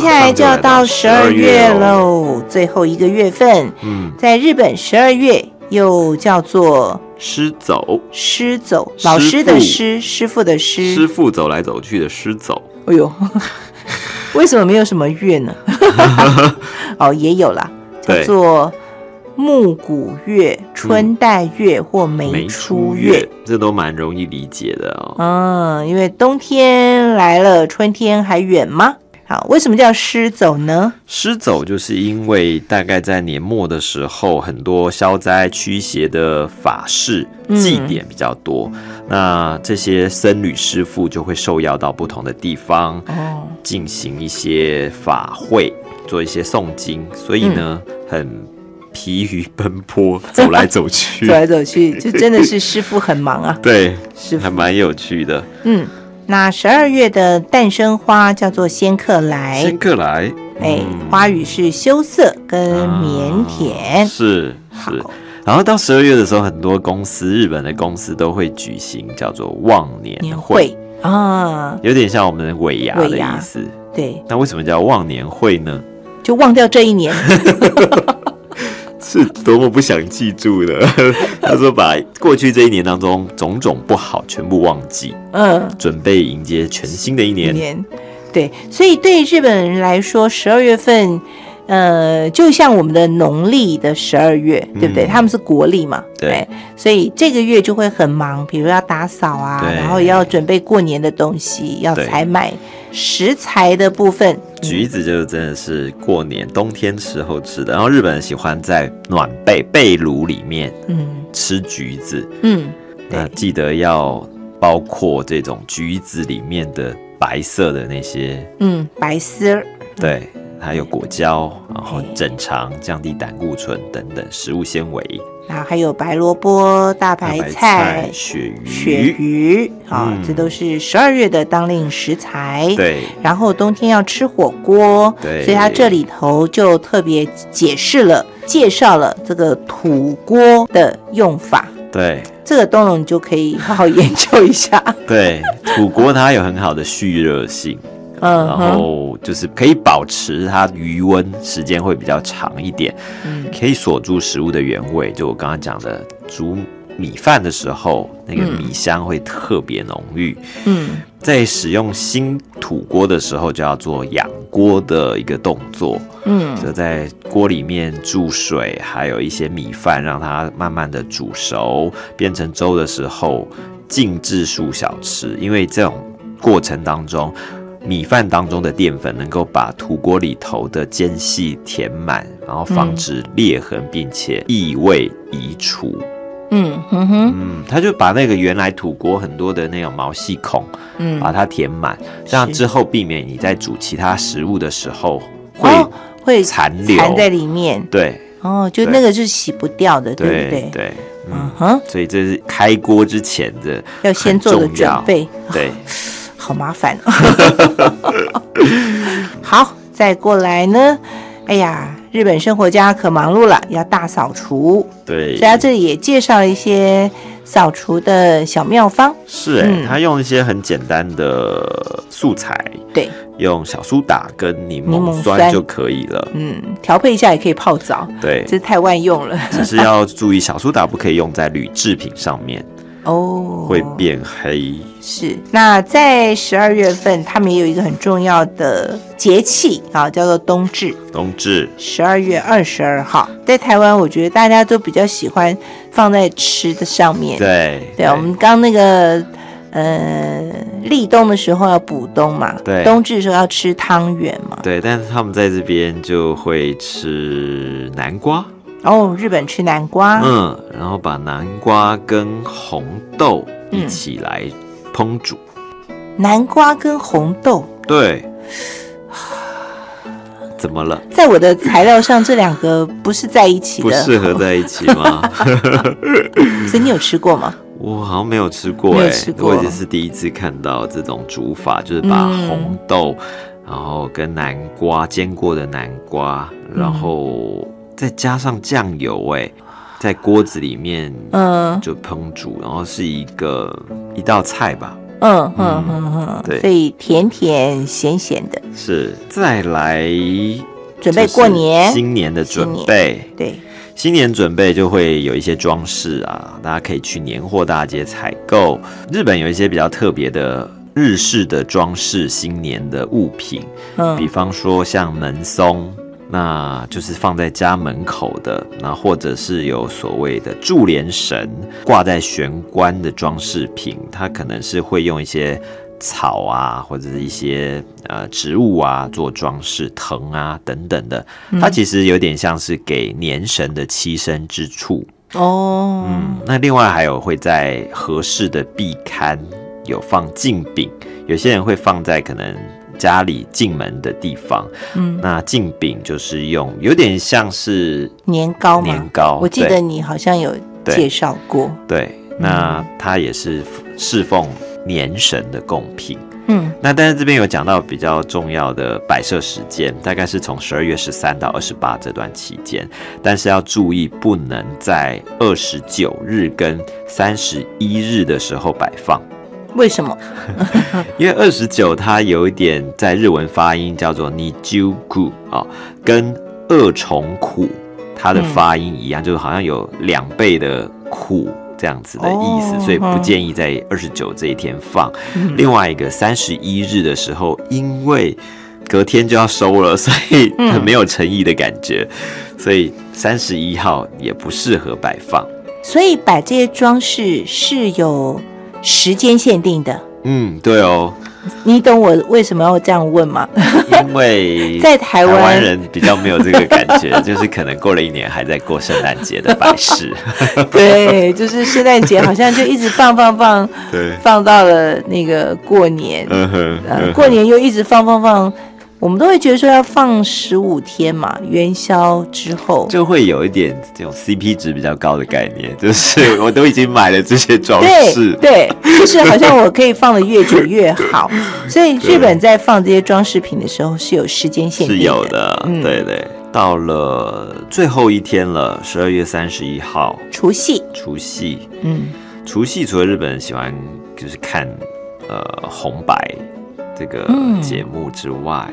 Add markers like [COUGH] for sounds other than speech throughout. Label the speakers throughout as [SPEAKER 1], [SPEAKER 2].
[SPEAKER 1] 下来就要到十二月喽，最后一个月份，
[SPEAKER 2] 嗯，
[SPEAKER 1] 在日本十二月又叫做
[SPEAKER 2] 师走，
[SPEAKER 1] 师走，老师的师，师傅的师。
[SPEAKER 2] 师傅走来走去的师走，
[SPEAKER 1] 哎呦， [LAUGHS] 为什么没有什么月 [LAUGHS] 呢？哦，也有啦，叫
[SPEAKER 2] 对
[SPEAKER 1] 做木谷月、春带月或梅
[SPEAKER 2] 没
[SPEAKER 1] 出
[SPEAKER 2] 出
[SPEAKER 1] 月
[SPEAKER 2] 月。，这都蛮容易理解的哦。
[SPEAKER 1] 嗯，因为冬天来了，春天还远吗？好，为什么叫师走呢？
[SPEAKER 2] 师走就是因为大概在年末的时候，很多消灾驱邪的法事
[SPEAKER 1] 嗯
[SPEAKER 2] 祭典比较多，那这些僧侣师傅就会受邀到不同的地方
[SPEAKER 1] 哦，
[SPEAKER 2] 进行一些法会，做一些诵经，所以呢，很疲于奔波，走来走去
[SPEAKER 1] 走，来走去，就真的是师傅很忙
[SPEAKER 2] [LAUGHS]
[SPEAKER 1] 啊，
[SPEAKER 2] 对，
[SPEAKER 1] 师
[SPEAKER 2] 还
[SPEAKER 1] 傅。
[SPEAKER 2] 蛮有趣的。
[SPEAKER 1] 嗯，那十二月的诞生花叫做仙客来
[SPEAKER 2] 仙，客来，
[SPEAKER 1] 哎
[SPEAKER 2] 嗯，
[SPEAKER 1] 花语是羞涩跟腼
[SPEAKER 2] 啊
[SPEAKER 1] 腆。
[SPEAKER 2] 是
[SPEAKER 1] 好
[SPEAKER 2] 啊是。然后到十二月的时候，很多公司，日本的公司都会举行叫做忘年会，
[SPEAKER 1] 年会啊，
[SPEAKER 2] 有点像我们的尾牙的
[SPEAKER 1] 尾牙
[SPEAKER 2] 意思。
[SPEAKER 1] 对，
[SPEAKER 2] 那为什么叫忘年会呢？
[SPEAKER 1] 就忘掉这一
[SPEAKER 2] [LAUGHS]
[SPEAKER 1] 年。
[SPEAKER 2] 是多么不想记住 [LAUGHS] 的。他说把过去这一年当中种种不好全部忘记，
[SPEAKER 1] 嗯，
[SPEAKER 2] 准备迎接全新的一
[SPEAKER 1] 一
[SPEAKER 2] 年。
[SPEAKER 1] 年。对，所以对日本人来说，十二月份，呃，就像我们的农历的十二月，对不对？
[SPEAKER 2] 嗯
[SPEAKER 1] 他们是国历嘛，
[SPEAKER 2] 对
[SPEAKER 1] 哎所以这个月就会很忙，比如要打扫啊，
[SPEAKER 2] 对
[SPEAKER 1] 然后要准备过年的东西，要
[SPEAKER 2] 对
[SPEAKER 1] 采买食材的部分，
[SPEAKER 2] 橘子就真的是过年冬天时候吃的，然后日本人喜欢在暖被被炉里面
[SPEAKER 1] 嗯
[SPEAKER 2] 吃橘子，
[SPEAKER 1] 嗯，
[SPEAKER 2] 那
[SPEAKER 1] 对
[SPEAKER 2] 记得要包括这种橘子里面的白色的那些，
[SPEAKER 1] 嗯，白丝儿，
[SPEAKER 2] 对，还有果胶，然后
[SPEAKER 1] 对
[SPEAKER 2] 整肠、降低胆固醇等等食物纤维，
[SPEAKER 1] 然后还有白萝卜、大
[SPEAKER 2] 大
[SPEAKER 1] 白菜、
[SPEAKER 2] 鳕鱼、
[SPEAKER 1] 鳕鱼啊，
[SPEAKER 2] 嗯
[SPEAKER 1] 这都是十二月的当令食材。
[SPEAKER 2] 对，
[SPEAKER 1] 然后冬天要吃火锅，
[SPEAKER 2] 对
[SPEAKER 1] 所以它这里头就特别解释了、介绍了这个土锅的用法。
[SPEAKER 2] 对
[SPEAKER 1] 这个东龙你就可以好好研究一
[SPEAKER 2] [LAUGHS]
[SPEAKER 1] 下。
[SPEAKER 2] 对，土锅它有很好的蓄热性，
[SPEAKER 1] 嗯
[SPEAKER 2] 然
[SPEAKER 1] 哼，
[SPEAKER 2] 后就是可以保持它余温时间会比较长一点，
[SPEAKER 1] 嗯
[SPEAKER 2] 可以锁住食物的原味。就我刚刚讲的煮米饭的时候，那个
[SPEAKER 1] 嗯
[SPEAKER 2] 米香会特别浓郁。
[SPEAKER 1] 嗯，
[SPEAKER 2] 在使用新土锅的时候，就要做养锅的一个动作，
[SPEAKER 1] 嗯，
[SPEAKER 2] 就在锅里面注水，还有一些米饭，让它慢慢的煮熟，变成粥的时候，静置数小时。因为这种过程当中，米饭当中的淀粉能够把土锅里头的间隙填满，然后防
[SPEAKER 1] 嗯
[SPEAKER 2] 止裂痕，并且异味移除。
[SPEAKER 1] 嗯哼哼，
[SPEAKER 2] 嗯，他就把那个原来土锅很多的那种毛细孔。
[SPEAKER 1] 嗯，
[SPEAKER 2] 把它填满，这样
[SPEAKER 1] 是
[SPEAKER 2] 之后避免你在煮其他食物的时候会、
[SPEAKER 1] 哦会
[SPEAKER 2] 残留
[SPEAKER 1] 残在里面，
[SPEAKER 2] 对
[SPEAKER 1] 哦，就
[SPEAKER 2] 对
[SPEAKER 1] 那个是洗不掉的，对不
[SPEAKER 2] 对
[SPEAKER 1] 对？
[SPEAKER 2] 对，
[SPEAKER 1] 嗯
[SPEAKER 2] 嗯，
[SPEAKER 1] 哼，
[SPEAKER 2] 所以这是开锅之前的
[SPEAKER 1] 要先做的
[SPEAKER 2] 很重要
[SPEAKER 1] 准备，
[SPEAKER 2] 对，
[SPEAKER 1] 好麻烦、 [LAUGHS] 哦。好，再过来呢，哎呀，日本生活家可忙碌了，要大扫除。[LAUGHS]
[SPEAKER 2] 对，
[SPEAKER 1] 所以他这里也介绍了一些扫除的小妙方。
[SPEAKER 2] 是哎、
[SPEAKER 1] 嗯
[SPEAKER 2] 他用一些很简单的素材，
[SPEAKER 1] 对，
[SPEAKER 2] 用小苏打跟柠
[SPEAKER 1] 柠
[SPEAKER 2] 檬
[SPEAKER 1] 檬
[SPEAKER 2] 酸
[SPEAKER 1] 酸
[SPEAKER 2] 就可以了，
[SPEAKER 1] 嗯，调配一下也可以泡澡，
[SPEAKER 2] 对。
[SPEAKER 1] 这太万用
[SPEAKER 2] [LAUGHS]
[SPEAKER 1] 了
[SPEAKER 2] 只是要注意，小苏打不可以用在铝制品上面，
[SPEAKER 1] [LAUGHS] 哦。
[SPEAKER 2] 会变黑。
[SPEAKER 1] 是。那在十二月份，他们也有一个很重要的节气啊，叫做冬至。
[SPEAKER 2] 冬至
[SPEAKER 1] 十二月二十二号，在台湾，我觉得大家都比较喜欢放在吃的上面。
[SPEAKER 2] 对
[SPEAKER 1] 对，我们刚那个呃立冬的时候要补冬嘛，
[SPEAKER 2] 对
[SPEAKER 1] 冬至的时候要吃汤圆嘛。
[SPEAKER 2] 对，但是他们在这边就会吃南瓜，
[SPEAKER 1] 哦，日本吃南瓜，
[SPEAKER 2] 嗯，然后把南瓜跟红豆一起来烹煮。
[SPEAKER 1] 嗯南瓜跟红豆，
[SPEAKER 2] 对，怎么了？
[SPEAKER 1] 在我的材料上这两个不是嗯在一起
[SPEAKER 2] 不
[SPEAKER 1] 的，
[SPEAKER 2] 适合在一起
[SPEAKER 1] [LAUGHS]
[SPEAKER 2] 吗？
[SPEAKER 1] 所以你有吃过吗？
[SPEAKER 2] 我好像没有吃过
[SPEAKER 1] 没有
[SPEAKER 2] 哎、
[SPEAKER 1] 吃过
[SPEAKER 2] 我也是第一次看到这种煮法，就是把
[SPEAKER 1] 嗯
[SPEAKER 2] 红豆，然后跟南瓜煎过的南瓜，然后
[SPEAKER 1] 嗯
[SPEAKER 2] 再加上酱油哎、在锅子里面
[SPEAKER 1] 嗯
[SPEAKER 2] 就烹煮，然后是一个一道菜吧，
[SPEAKER 1] 嗯嗯嗯嗯，
[SPEAKER 2] 对
[SPEAKER 1] 所以甜甜咸咸的，
[SPEAKER 2] 是再来
[SPEAKER 1] 准备
[SPEAKER 2] 就是
[SPEAKER 1] 过年，
[SPEAKER 2] 新年的
[SPEAKER 1] 新
[SPEAKER 2] 准
[SPEAKER 1] 年
[SPEAKER 2] 备。
[SPEAKER 1] 对，
[SPEAKER 2] 新年准备就会有一些装饰啊，大家可以去年货大街采购。日本有一些比较特别的日式的装饰新年的物品，比
[SPEAKER 1] 嗯
[SPEAKER 2] 方说像门松，那就是放在家门口的，那或者是有所谓的柱联绳挂在玄关的装饰品，它可能是会用一些。草啊，或者是一些呃植物啊做装饰，藤啊等等的，它其实有点像是给年神的栖身之处。
[SPEAKER 1] 哦，
[SPEAKER 2] 嗯，那另外还有会在合适的壁龛有放镜饼，有些人会放在可能家里进门的地方。
[SPEAKER 1] 嗯，
[SPEAKER 2] 那镜饼就是用有点像是
[SPEAKER 1] 年糕嘛，
[SPEAKER 2] 年糕，
[SPEAKER 1] 我记
[SPEAKER 2] 对
[SPEAKER 1] 得你好像有
[SPEAKER 2] 对
[SPEAKER 1] 介绍过，
[SPEAKER 2] 对，那它也是侍奉年神的贡品。
[SPEAKER 1] 嗯
[SPEAKER 2] 那但是这边有讲到比较重要的摆设时间，大概是从十二月十三到二十八这段期间，但是要注意不能在二十九日跟三十一日的时候摆放，
[SPEAKER 1] 为什么？
[SPEAKER 2] 因为二十九它有一点在日文发音叫做 nijuku 啊、跟二重苦它的发音一样，就是好像有两倍的苦这样子的意思，
[SPEAKER 1] 哦
[SPEAKER 2] 所以不
[SPEAKER 1] 嗯
[SPEAKER 2] 建议在二十九这一天放。
[SPEAKER 1] 嗯
[SPEAKER 2] 另外一个三十一日的时候，因为隔天就要收了，所以
[SPEAKER 1] 嗯
[SPEAKER 2] 很没有诚意的感觉，所以三十一号也不适合摆放。
[SPEAKER 1] 所以摆这些装饰是有时间限定的，
[SPEAKER 2] 嗯，对哦，
[SPEAKER 1] 你懂我为什么要这样问 [LAUGHS] 吗？
[SPEAKER 2] 因为
[SPEAKER 1] 在台
[SPEAKER 2] 台
[SPEAKER 1] 湾
[SPEAKER 2] 湾人比较没有这个感觉， [LAUGHS] 就是可能过了一年还在过圣诞节的摆饰。
[SPEAKER 1] 对，就是圣诞节好像就一直放放放，
[SPEAKER 2] 对，
[SPEAKER 1] 放到了那个过年，
[SPEAKER 2] 嗯哼，
[SPEAKER 1] 呃，过年又一直放放放，我们都会觉得说要放十五天嘛，元宵之后。
[SPEAKER 2] 就会有一点这种 CP 值比较高的概念，就是我都已经买了这些装
[SPEAKER 1] 对
[SPEAKER 2] 饰，
[SPEAKER 1] 对，就是好像我可以放的越久越
[SPEAKER 2] [LAUGHS]
[SPEAKER 1] 好，所以日本在放这些装饰品的时候是有时间限定
[SPEAKER 2] 是
[SPEAKER 1] 的。
[SPEAKER 2] 有的，
[SPEAKER 1] 嗯
[SPEAKER 2] 对对。到了最后一天了，十二月三十一号，
[SPEAKER 1] 除夕，
[SPEAKER 2] 除夕。
[SPEAKER 1] 嗯，
[SPEAKER 2] 除夕除了日本人喜欢就是看呃红白这个
[SPEAKER 1] 嗯
[SPEAKER 2] 节目之外，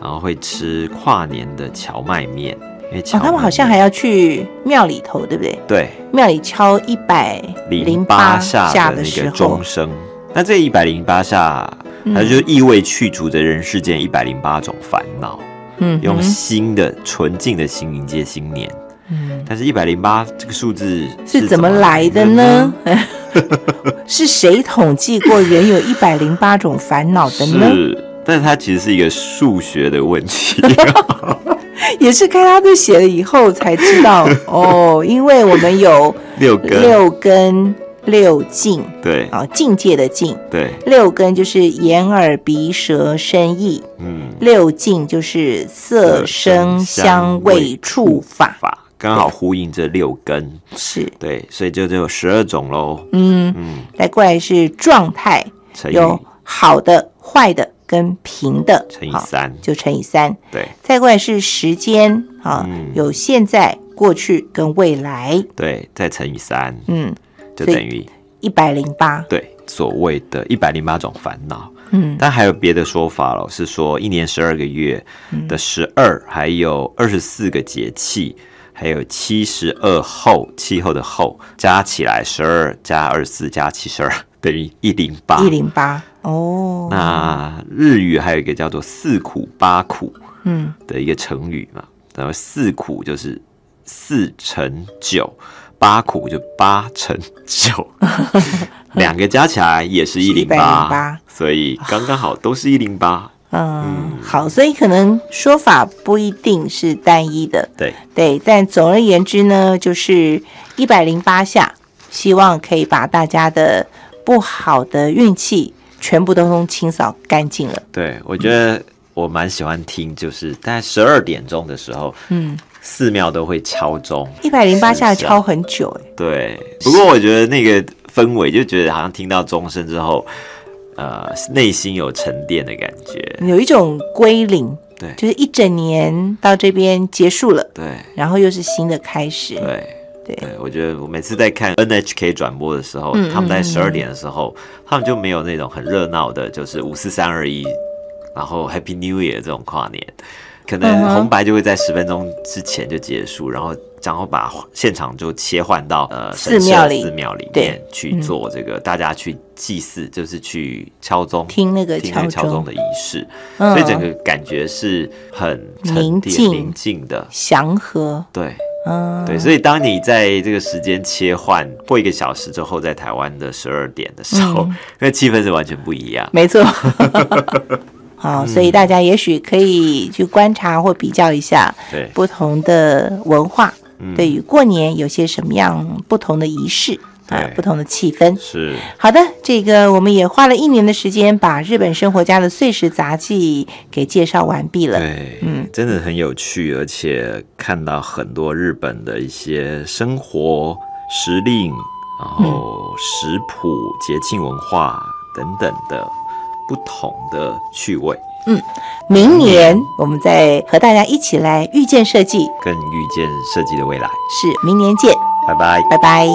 [SPEAKER 2] 然后会吃跨年的荞麦面，因为荞
[SPEAKER 1] 哦，
[SPEAKER 2] 麦、
[SPEAKER 1] 他们好像还要去庙里头，对不对？
[SPEAKER 2] 对
[SPEAKER 1] 庙里敲一百
[SPEAKER 2] 零
[SPEAKER 1] 八
[SPEAKER 2] 八下
[SPEAKER 1] 下
[SPEAKER 2] 的
[SPEAKER 1] 的
[SPEAKER 2] 那
[SPEAKER 1] 时
[SPEAKER 2] 个
[SPEAKER 1] 候
[SPEAKER 2] 钟，声。那这一百零八下，它就意味去除着人世间一百零八种烦恼，
[SPEAKER 1] 嗯
[SPEAKER 2] 用新的纯净的心迎接新年。
[SPEAKER 1] 嗯
[SPEAKER 2] 但是，一百零八这个数字
[SPEAKER 1] 是怎么来的呢？？
[SPEAKER 2] [LAUGHS]
[SPEAKER 1] 是谁统计过人有一百零八种烦恼的呢？
[SPEAKER 2] 是，但是它其实是一个数学的问题。
[SPEAKER 1] 也是看他这写了以后才知
[SPEAKER 2] [LAUGHS]
[SPEAKER 1] 道哦，因为我们有
[SPEAKER 2] 六根，
[SPEAKER 1] 六根六境
[SPEAKER 2] 对
[SPEAKER 1] 啊，境界的境，
[SPEAKER 2] 对，
[SPEAKER 1] 六根就是眼耳鼻舌身意，
[SPEAKER 2] 嗯，
[SPEAKER 1] 六境就是色声香味触法，
[SPEAKER 2] 法刚好呼应这六根，
[SPEAKER 1] 是
[SPEAKER 2] 对，所以就只有十二种喽。
[SPEAKER 1] 嗯，
[SPEAKER 2] 嗯，
[SPEAKER 1] 再过来是状态，
[SPEAKER 2] 乘以
[SPEAKER 1] 有好的、坏的跟平的，
[SPEAKER 2] 哎乘以
[SPEAKER 1] 好
[SPEAKER 2] 三，
[SPEAKER 1] 就乘以三。
[SPEAKER 2] 对
[SPEAKER 1] 再过来是时间啊，
[SPEAKER 2] 嗯
[SPEAKER 1] 有现在、过去跟未来，
[SPEAKER 2] 对，再乘以三，
[SPEAKER 1] 嗯，
[SPEAKER 2] 就
[SPEAKER 1] 所以
[SPEAKER 2] 等于
[SPEAKER 1] 一百零八，
[SPEAKER 2] 对所谓的一百零八种烦恼。
[SPEAKER 1] 嗯
[SPEAKER 2] 但还有别的说法了，是说一年十二个月
[SPEAKER 1] 嗯
[SPEAKER 2] 的十二，还有二十四个节气，还有七十二候气候的候，加起来十二加二十四加七十二等于一零八。
[SPEAKER 1] 一零八哦，
[SPEAKER 2] 啊那日语还有一个叫做四苦八苦
[SPEAKER 1] 嗯
[SPEAKER 2] 的一个成语嘛，然后四苦就是四乘九，八苦就八乘 [LAUGHS] 九，两个加起来也是一零
[SPEAKER 1] 108
[SPEAKER 2] 八，所以刚刚好都是一零八。
[SPEAKER 1] 嗯，好，所以可能说法不一定是单一的，
[SPEAKER 2] 对，
[SPEAKER 1] 对，但总而言之呢，就是一百零八下，希望可以把大家的不好的运气全部都通清扫干净了。
[SPEAKER 2] 对我觉得我蛮喜欢听，就是大概十二点钟的时候，
[SPEAKER 1] 嗯，
[SPEAKER 2] 寺庙都会敲钟，
[SPEAKER 1] 一百零八下
[SPEAKER 2] 是啊
[SPEAKER 1] 敲很久、欸，
[SPEAKER 2] 对，不过我觉得那个氛围，就觉得好像听到钟声之后，呃，内心有沉淀的感觉。
[SPEAKER 1] 有一种归零，
[SPEAKER 2] 对
[SPEAKER 1] 就是一整年到这边结束了，
[SPEAKER 2] 对
[SPEAKER 1] 然后又是新的开始，
[SPEAKER 2] 对，
[SPEAKER 1] 对，
[SPEAKER 2] 对，我觉得我每次在看 NHK 转播的时候，
[SPEAKER 1] 嗯
[SPEAKER 2] 他们在
[SPEAKER 1] 嗯
[SPEAKER 2] 十二点的时候，他们就没有那种很热闹的，就是五四三二一，然后 Happy New Year 这种跨年，可
[SPEAKER 1] 嗯
[SPEAKER 2] 能
[SPEAKER 1] 哼
[SPEAKER 2] 红白就会在十分钟之前就结束，然后然后把现场就切换到呃
[SPEAKER 1] 寺
[SPEAKER 2] 神社
[SPEAKER 1] 庙里
[SPEAKER 2] 寺庙里面
[SPEAKER 1] 对嗯
[SPEAKER 2] 去做这个大家去祭祀，就是去敲钟。
[SPEAKER 1] 听那个
[SPEAKER 2] 听那
[SPEAKER 1] 敲
[SPEAKER 2] 个敲钟
[SPEAKER 1] 钟，
[SPEAKER 2] 的仪式，
[SPEAKER 1] 嗯
[SPEAKER 2] 所以整个感觉是很沉
[SPEAKER 1] 宁
[SPEAKER 2] 淀、
[SPEAKER 1] 静
[SPEAKER 2] 宁静的。
[SPEAKER 1] 祥和，
[SPEAKER 2] 对，
[SPEAKER 1] 嗯，
[SPEAKER 2] 对，所以当你在这个时间切换过一个小时之后，在台湾的十二点的时候，那气氛是完全不一样。
[SPEAKER 1] 没错。 [LAUGHS] 好，
[SPEAKER 2] 嗯
[SPEAKER 1] 所以大家也许可以去观察或比较一下
[SPEAKER 2] 对，
[SPEAKER 1] 不同的文化，
[SPEAKER 2] 嗯
[SPEAKER 1] 对于过年有些什么样不同的仪式啊
[SPEAKER 2] 对，
[SPEAKER 1] 不同的气氛。
[SPEAKER 2] 是，
[SPEAKER 1] 好的，这个我们也花了一年的时间把日本生活家的碎石杂技给介绍完毕了。
[SPEAKER 2] 对，嗯，真的很有趣，而且看到很多日本的一些生活时令，然后食谱、节庆文化等等的不同的趣味，
[SPEAKER 1] 明年我们再和大家一起来遇见设计，
[SPEAKER 2] 更遇见设计的未来。
[SPEAKER 1] 是明年见，
[SPEAKER 2] 拜拜。
[SPEAKER 1] 拜拜。